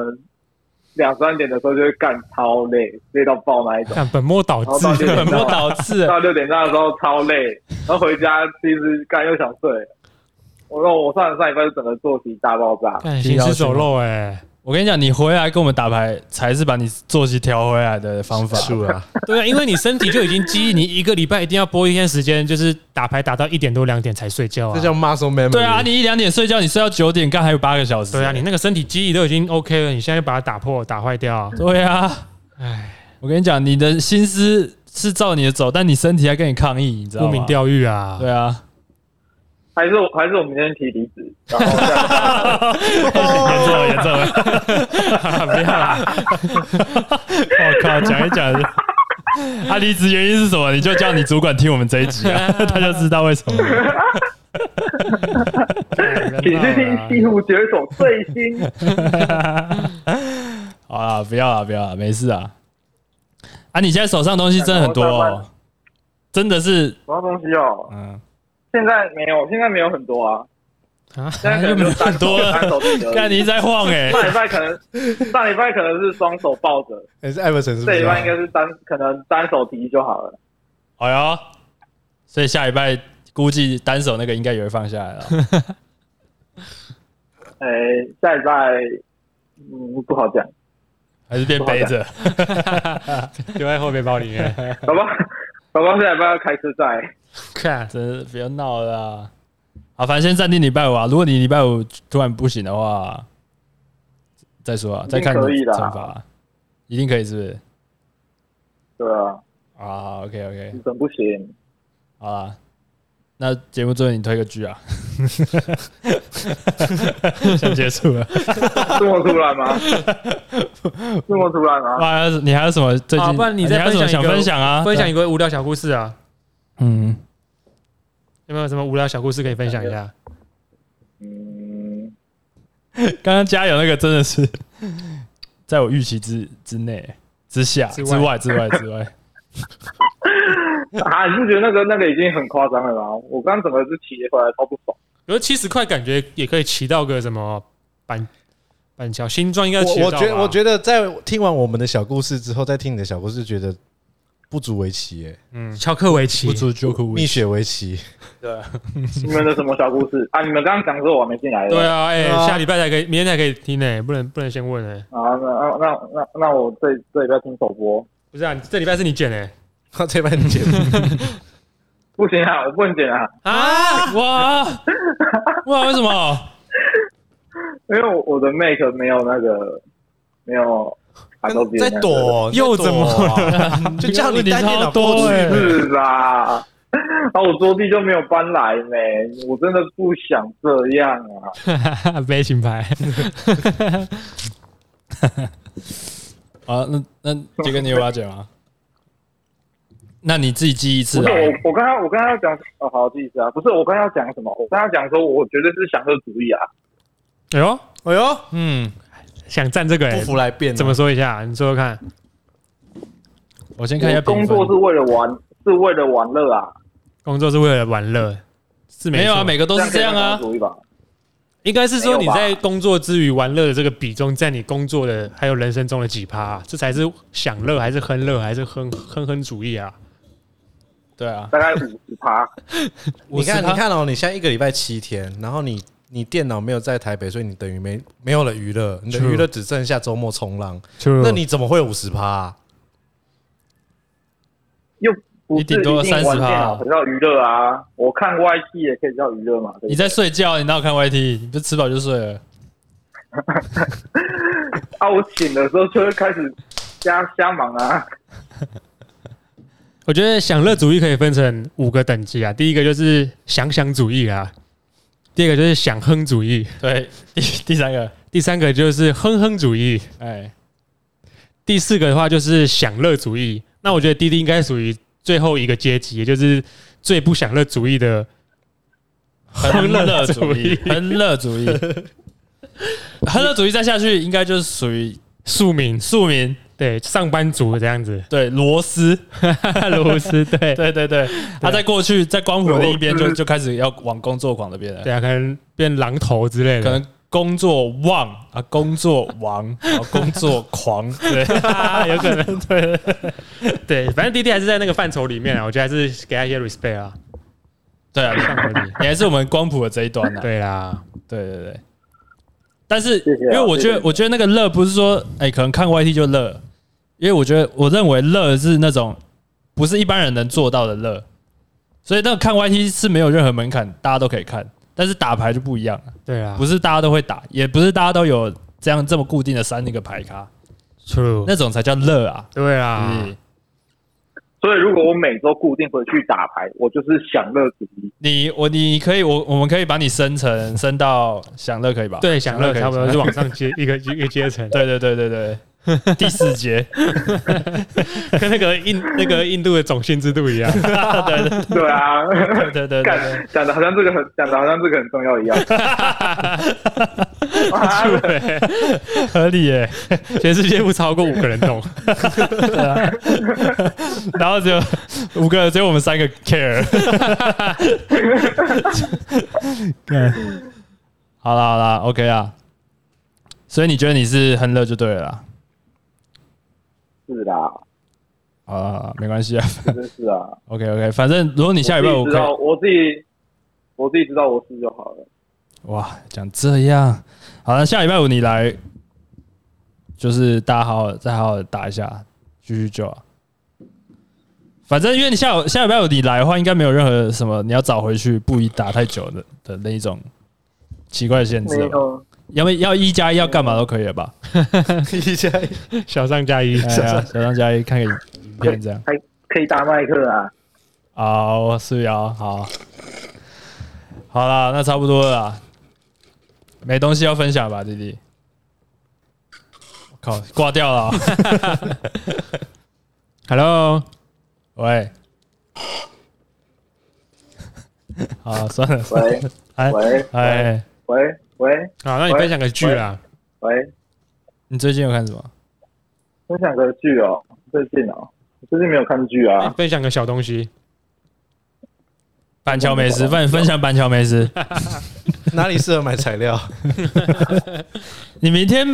两三点的时候就会干超累，累到爆那一种。
看本末啊倒置
然后到，六
本
点
末倒置欸，
到六点半的时候超累，然后回家其实干又想睡。我说我上上礼拜是整个作息大爆炸，
干行尸走肉 哎。
我跟你讲，你回来跟我们打牌，才是把你作息调回来的方法。
是啊，
对啊，因为你身体就已经记忆，你一个礼拜一定要播一天时间，就是打牌打到一点多两点才睡觉
这
啊。
叫 muscle memory。
对啊，你一两点睡觉，你睡到九点，刚还有八个小时。
对啊，你那个身体记忆都已经 OK 了，你现在就把它打破、打坏掉，
对啊，
哎，
我跟你讲，你的心思是照你的走，但你身体在跟你抗议，你知道
沽
吗？
名钓誉啊。
对啊，
还是我还是我明天提离职，然后再
严重了，严重了，不要啦！我靠，讲一讲。他离职原因是什么？你就叫你主管听我们这一集啊，他就知道为什么了。
请去听《西湖绝手》最新。
好啦，不要啦，不要啦，没事啊。啊，你现在手上东西真的很多、哦，真的是，
什么东西哦？
嗯，
现在没有，现在没有很多啊。
啊
现在可能就单
很多
手单手比而已
看你一直在晃哎、
上礼拜可能上礼拜可能是双手抱着，
你是艾弗森是不
这
是
礼
啊？
拜应该是单，可能单手提就好了。
哎呦，所以下礼拜估计单手那个应该也会放下来了。
哎、下礼拜，嗯，不好讲，
还是变背着，
丢在后背包里 面。
宝宝，宝宝下礼拜要开车载，
看，
真是不要闹了啦。好，反正先暂定礼拜五啊。如果你礼拜五突然不行的话，再说啊，
一
再
定
看你
可以的啊
惩罚啊，一定可以是不是？
对啊，
啊，OK OK，
你怎么不行？
好啦，那节目最后你推个剧啊， 想结束了。
这么突然吗？这么突然吗？
哇，还有你还有什么最
好，
近？
啊不然你再
还有什么
分享
想
一个
分享啊？
分享一个无聊小故事啊，
嗯，
有没有什么无聊小故事可以分享一下？
嗯，
刚刚加油那个真的是 在我预期之之内、之下、
之
之
外
外、之外、之外。
啊，你不觉得那个那个已经很夸张了吗？我刚整个是骑回来超不爽，
比如七十块，感觉也可以骑到个什么板板桥新庄，应该骑
我
得
我
到
觉得
吧
我觉得在听完我们的小故事之后，再听你的小故事，觉得不足为奇耶，
嗯，乔克维奇
不足九苦无
蜜雪为奇。
你们的什么小故事啊？你们刚刚讲说我还没进来
对
啊，
啊，哎、
对啊
下礼拜才可以，明天才可以听呢、不能不能先问呢、
啊，那那那那那我这这礼拜听首播，
不是啊，这礼拜是你剪呢、
这半截，
不行啊，我不能剪啊，
啊！哇哇！为什么？
因为我我的 make 没有那个没有卡豆比
在躲哦，
又怎么
了？就叫你带电脑过
问题超
去
多欸
是啦， 啊，我桌弟就没有搬来呢，我真的不想这样啊。
欸， 没品 牌，
啊，那那杰哥，你有要讲吗？那你自己记一次
不是
啊。
我，我刚刚我刚刚要讲哦，好，意思啊，不是我刚刚要讲什么？我刚刚讲说，我绝对是享乐主义啊。
哎呦，
哎呦，
嗯，
想站这个、
不
欸，
服来辩啊，
怎么说一下？你说说看，
我先看一下
我
评
工
分
作。是为了玩，是为了玩乐啊。
工作是为了玩乐，是
没有啊，
错
每个都是这样
这样
啊
可以算享乐。主义吧？
应该是说你
没
在
有
工作之余玩乐的这个比重，在你工作的还有人生中的几趴、啊这才是享乐还是亨乐还是哼哼哼主义啊？
对啊，
大概五十趴。
你看，
50%
你看哦，你现在一个礼拜七天，然后你你电脑没有在台北，所以你等于没没有了娱乐，你的
True
娱乐只剩下周末冲浪。
就
那你怎么会有五十趴啊？
又不是
你顶多
一定玩
30%
电脑才叫娱乐啊！我看 YT 也可以叫娱乐嘛。对不对
你在睡觉，你哪有看 YT？你不是吃饱就睡了？
啊？我醒的时候就会开始瞎瞎忙啊，
我觉得享乐主义可以分成五个等级啊。第一个就是享享主义啊，第二个就是享哼主义，
对，第第三个，
第三个就是哼哼主义，
哎，
第四个的话就是享乐主义。那我觉得滴滴应该属于最后一个阶级，也就是最不享乐主义的。
亨乐主
亨乐主
义
义，
亨乐主义，亨乐主义再下去，应该就是属于
庶民，
庶民，，
对上班族这样子
对螺丝，
螺丝对
对对对，他在过去在光谱那一边就就开始要往工作狂那边了，
对啊，可能变狼头之类的，
可能工作旺啊，工作王，然后工作狂，对，
有可能对对，反正滴滴还是在那个范畴里面啊，我觉得还是给他一些 respect 啊，
对啊，
范畴 里。
你还是我们光谱的这一端呢、啊。
对啦，
对对对。但是，
谢谢
因
啊
为我觉
谢
得
谢，
我觉得那个乐不是说，哎、可能看 YT 就乐，因为我觉得，我认为乐是那种不是一般人能做到的乐，所以那个看 YT 是没有任何门槛，大家都可以看。但是打牌就不一样了，
对啦，
不是大家都会打，也不是大家都有这样这么固定的三那个牌咖，
true，
那种才叫乐啊。
对啦，
嗯，
所以如果我每周固定回去打牌，我就是享乐主义。
你我你可以我我们可以把你升成升到享乐可以吧？
对，享乐
可以
差不多就往上接一 个一个阶层，
对对对对对，第四节。
跟那个印那个印度的种姓制度一样。
对啊，
对对对对对
干讲的好像这个很讲的好像这个很重要一样。妈的
合理耶、
全世界不超过五个人懂，
然后只有五个，只有我们三个 care。干好啦好啦 o、k 啊。所以你觉得你是亨乐就对了啦。
是啦，
好啦好啦，没关系啊。
真是啊。
OK OK，反正如果你
你
下礼拜五
知
可以
道，我自己我自己知道我是就好了。
哇，讲这样，好了，下礼拜五你来，就是大家好好再好好地打一下，继续救啊。反正因为你下午下礼拜五你来的话，应该没有任何什么你要找回去不宜打太久的的那一种奇怪的限制
没
了吧，
有，
要不要一加一要干嘛都可以了吧？
一加一
小上加一，
哎
啊
呀，小张加一看个影片这样。
还可以打麦克啊。
好，是瑶，好，好啦，那差不多了啦，没东西要分享吧，弟弟。我靠，挂掉 了哦、
Hello，
喂。好，算了，算了
喂
哎
喂
哎，
喂喂
好，那你分享个剧啦，
喂，
你最近有看什么？
分享个剧哦，最近哦，我最近没有看剧
哎
啊。
分享个小东西，
板桥美食，分分享板桥美食。
哪里适合买材料？
你明天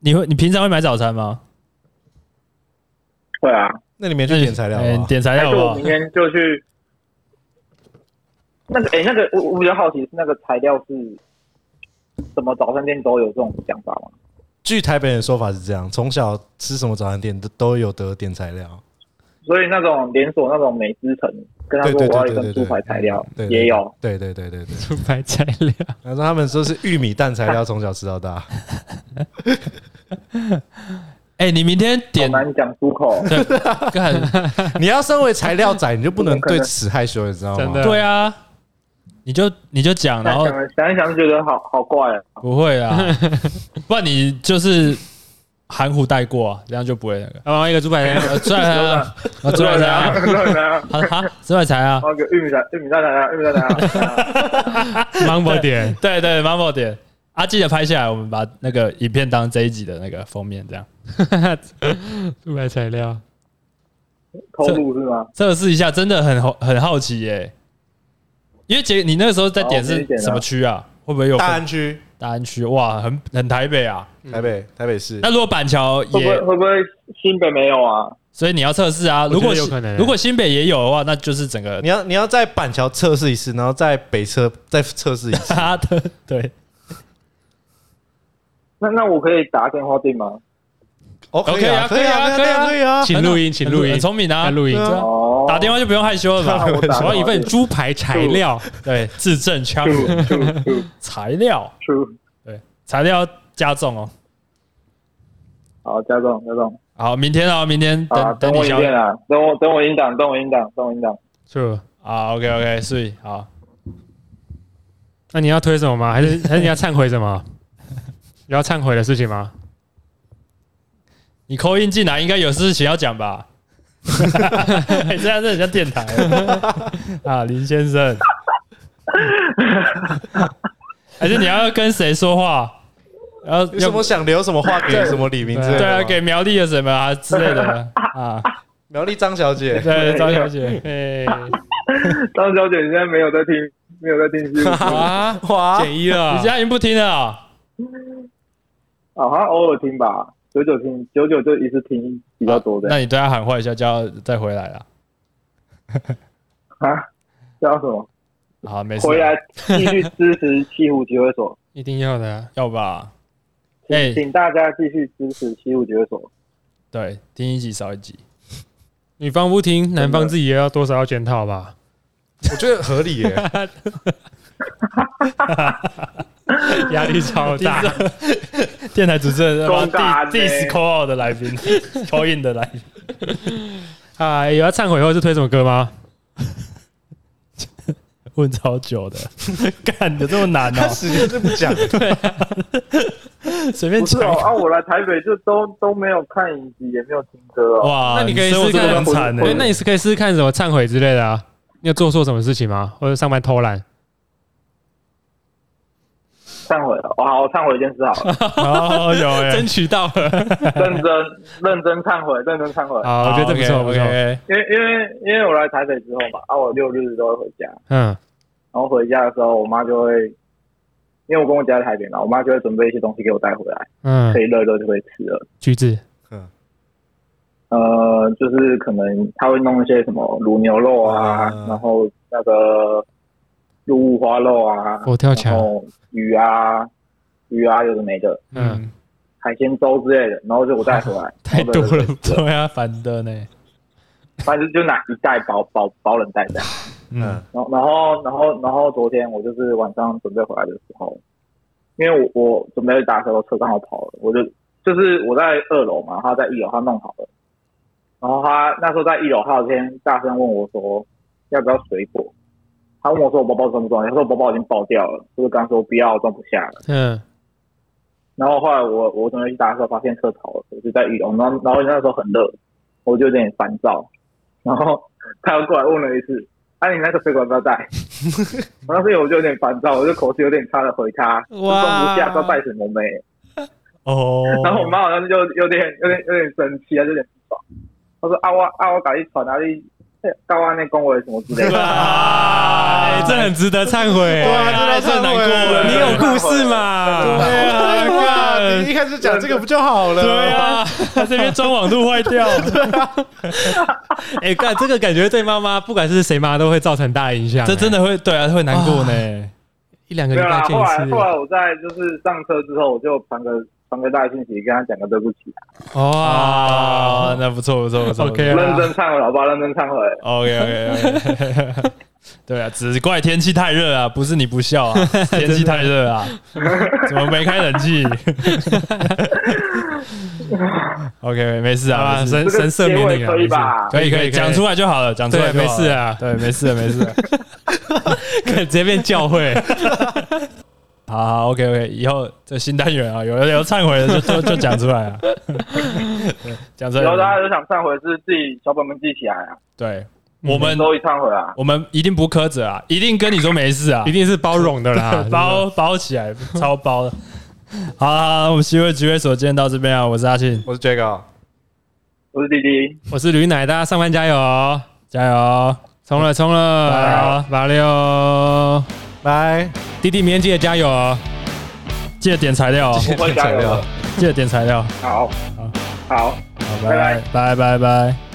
你会你平常会买早餐吗？
对啊，
那你没去点材料
哎
吗？
点材
还
料好
是
不
我
好
明？天就去。那个哎、那个我我比较好奇是那个材料是，什么早餐店都有这种想法吗？
据台北人的说法是这样，从小吃什么早餐店都都有得点材料，
所以那种连锁那种美之城，跟他说
对对对
我要一
对对
份
对
猪排材料
对，对
也有。
对对对对对。
出牌材料，
他说他们说是玉米蛋材料，从小吃到大。
哎，你明天
好
点
难讲出口，
干
你要身为材料仔，你就不能对此害羞，你知道
真
吗
的？
对啊，你就你就讲，然
想
后
想一想就觉得好好怪啊。
不会啊，不然你就是含糊带过、啊，这样就不会那个。
然后一个猪排材料，
呃，出来 啊，啊出来啊，
对啊，
好好，出来才啊，
那个玉米蛋，玉米蛋来啊，玉米蛋来 啊，
芒果点，
对对 m a m o 点啊，记得拍下来，我们把那个影片当这一集的那个封面，这样
出牌材料，
偷录是吗？
测试一下，真的很好很好奇耶、因为姐，你那个时候在点
好我
是
先点啊
什么区啊？会不会有分
大安区
大安区哇，很很台北啊。
台北台北市
那如果板桥
会不会
也，
会不会新北没有啊？
所以你要测试啊。
觉得
如果
有
新
可能欸
如果新北也有的话，那就是整个
你要你要在板桥测试一次，然后在北车再测试一次。
他的啊对
那那我可以打电话订吗？
哦，可以啊，可以啊，可以啊，可以啊。
请录音，请录音，
很聪明啊，
要录音
对啊
哦，
打电话就不用害羞了
那
吧？
我
我打电
要
话
一份
订
猪排材 料，
对，字正腔
，true
圆，
true true
材料
true，
对材料加重哦。
好，加重加重，
好，明天哦，明天
啊，
等
等
你
我一
消
遍啊，等我等我音档，等我音档，等我 音档。
是吧。
啊，OK OK，所以好，
那你要推什么吗？还是还是你要忏悔什么？ 有要忏悔的事情吗？
你扣音进来应该有事情要讲吧？ 你这样是很像电台啊，林先生，还是你要跟谁说话？然后
有什么
要
想留什么话给什么李明之类的
对
吗？
啊，给苗栗的什么啊之类 的啊？
苗栗张小姐。
对，张小 姐，哎，？
张小姐，你现在没有在听，没有在听是不是
啊，
哇，
减一了
你现，在已经不听了啊？
啊，好像偶尔听吧，久久听，久久就一次听比较多的
那。你对他喊话一下，叫他再回来了。
啊，叫什么？
好，没事，啊
回来继续支持西湖集 会所，
一定要的啊。
要吧？哎，
请大家继续支持西湖集会所。
对，听一集少一集。
女方不听，男方自己也要多少要检讨吧。
我觉得合理耶。
压力超 大，
电台主持人
公干
第第十 call out 的来宾 ，call in 的来宾，
啊！有要忏悔后是推什么歌吗？
问超久的， 干的这么难
他
哦、
时间就不 讲，
随便
不是
讲
哦，啊，我来台北就都都没有看影集，也没有听歌哦。
哇，
那你可以
生活
试试
真的
看
很惨
对
对，
欸
那你是可以试试看什么忏悔之类的啊？你有做错什么事情吗？或者上班偷懒？
忏悔了，哇，我忏悔一件事好 了，
哦，有 哎、
争取到了，
认真认真忏悔，认真忏悔。
好，我觉得这不错，不错。
OK，
因为因为因为我来台北之后嘛，啊，我六日都会回家，
嗯，
然后回家的时候，我妈就会，因为我跟我家在台北嘛，我妈就会准备一些东西给我带回来，
嗯
可，以热一热就会吃了。
橘子，
嗯
呃，就是可能她会弄一些什么卤牛肉啊，
啊
然后那个卤五花肉啊，
佛哦跳
然
墙，
后鱼啊鱼啊有的没的，
嗯，
海鲜粥之类的，然后就我带回来，
太多了吧，
对啊，反的呢，
反正就拿一袋保保保冷袋这样。
嗯，
然后然后然后然后昨天我就是晚上准备回来的时候，因为我我准备打车，我车刚好跑了，我就就是我在二楼嘛，他在一楼，他弄好了，然后他那时候在一楼，他有天大声问我说要不要水果，他问我说我包包装不装，他说我包包已经爆掉了，我就跟他说不要，装不下了。
嗯，
然后后来我我准备去打车，发现车跑了，我就在一楼，然后然后那时候很热，我就有点烦躁，然后他又过来问了一次，啊你那个水管要不要带？ 我当时我就有点烦躁，我就口气有点差的回他，就装不下，要带什么没？
哦，
然后我妈好像就有点有点有点生气啊，有点不爽，她说啊我啊我搞你哎传哪里？高安那恭维什么 之类的，
啊哎，这很值得忏悔。哎
哇，真
太
的太
难过了
你有故事
对
嘛？
啊，干你一开始讲这个不就好了？
对，啊，他这边装网路坏 掉，
哎，干这个感觉对妈妈，不管是谁妈，都会造成大影响。
这真
的
的会对啊，会难过呢。
一两个
没
礼
有
拜
啦。
见
后
啊
一
来后
次。
来我在就是上车之后，我就传个传个大讯息跟他讲个对不起啊，
啊
哇，，
那不错不错不错
OK 对啊
认真忏悔好不好？认真忏悔。
OK OK OK，对啊，只怪天气太热啊，不是你不孝 啊，是天气太热啊，怎么没开冷气？OK，没事啊，
啊，
没事
神
这个
神色
结
免
尾
你了，
可以吧
可以可以，讲出
来，
来就好了，讲出来
对，
就
没
好了
事，啊，
对，没事没 事，
直接变教会。
好好 OK OK，以后这新单元啊，有有忏悔的就就就讲出来 啊，对讲出
然后大
来，
家有想忏悔，是自己小本本记起来啊，
对我们
都一忏悔啊。
我们一定不苛责啊，一定跟你说没事啊，
一，定是包容的啦
包包起来，超包的。 好啦，我们西会局会所见到这边啊，我是阿信，
我是啊 j a c
我是弟弟，
我是驴奶，大家上班加油哦，
加油！
冲了冲
拜
了，八六，
拜。
弟弟明天记得加油哦。
记得点材料啊，
我会加油的。
记得点材料。
好，好，
好，
拜拜
拜拜拜拜。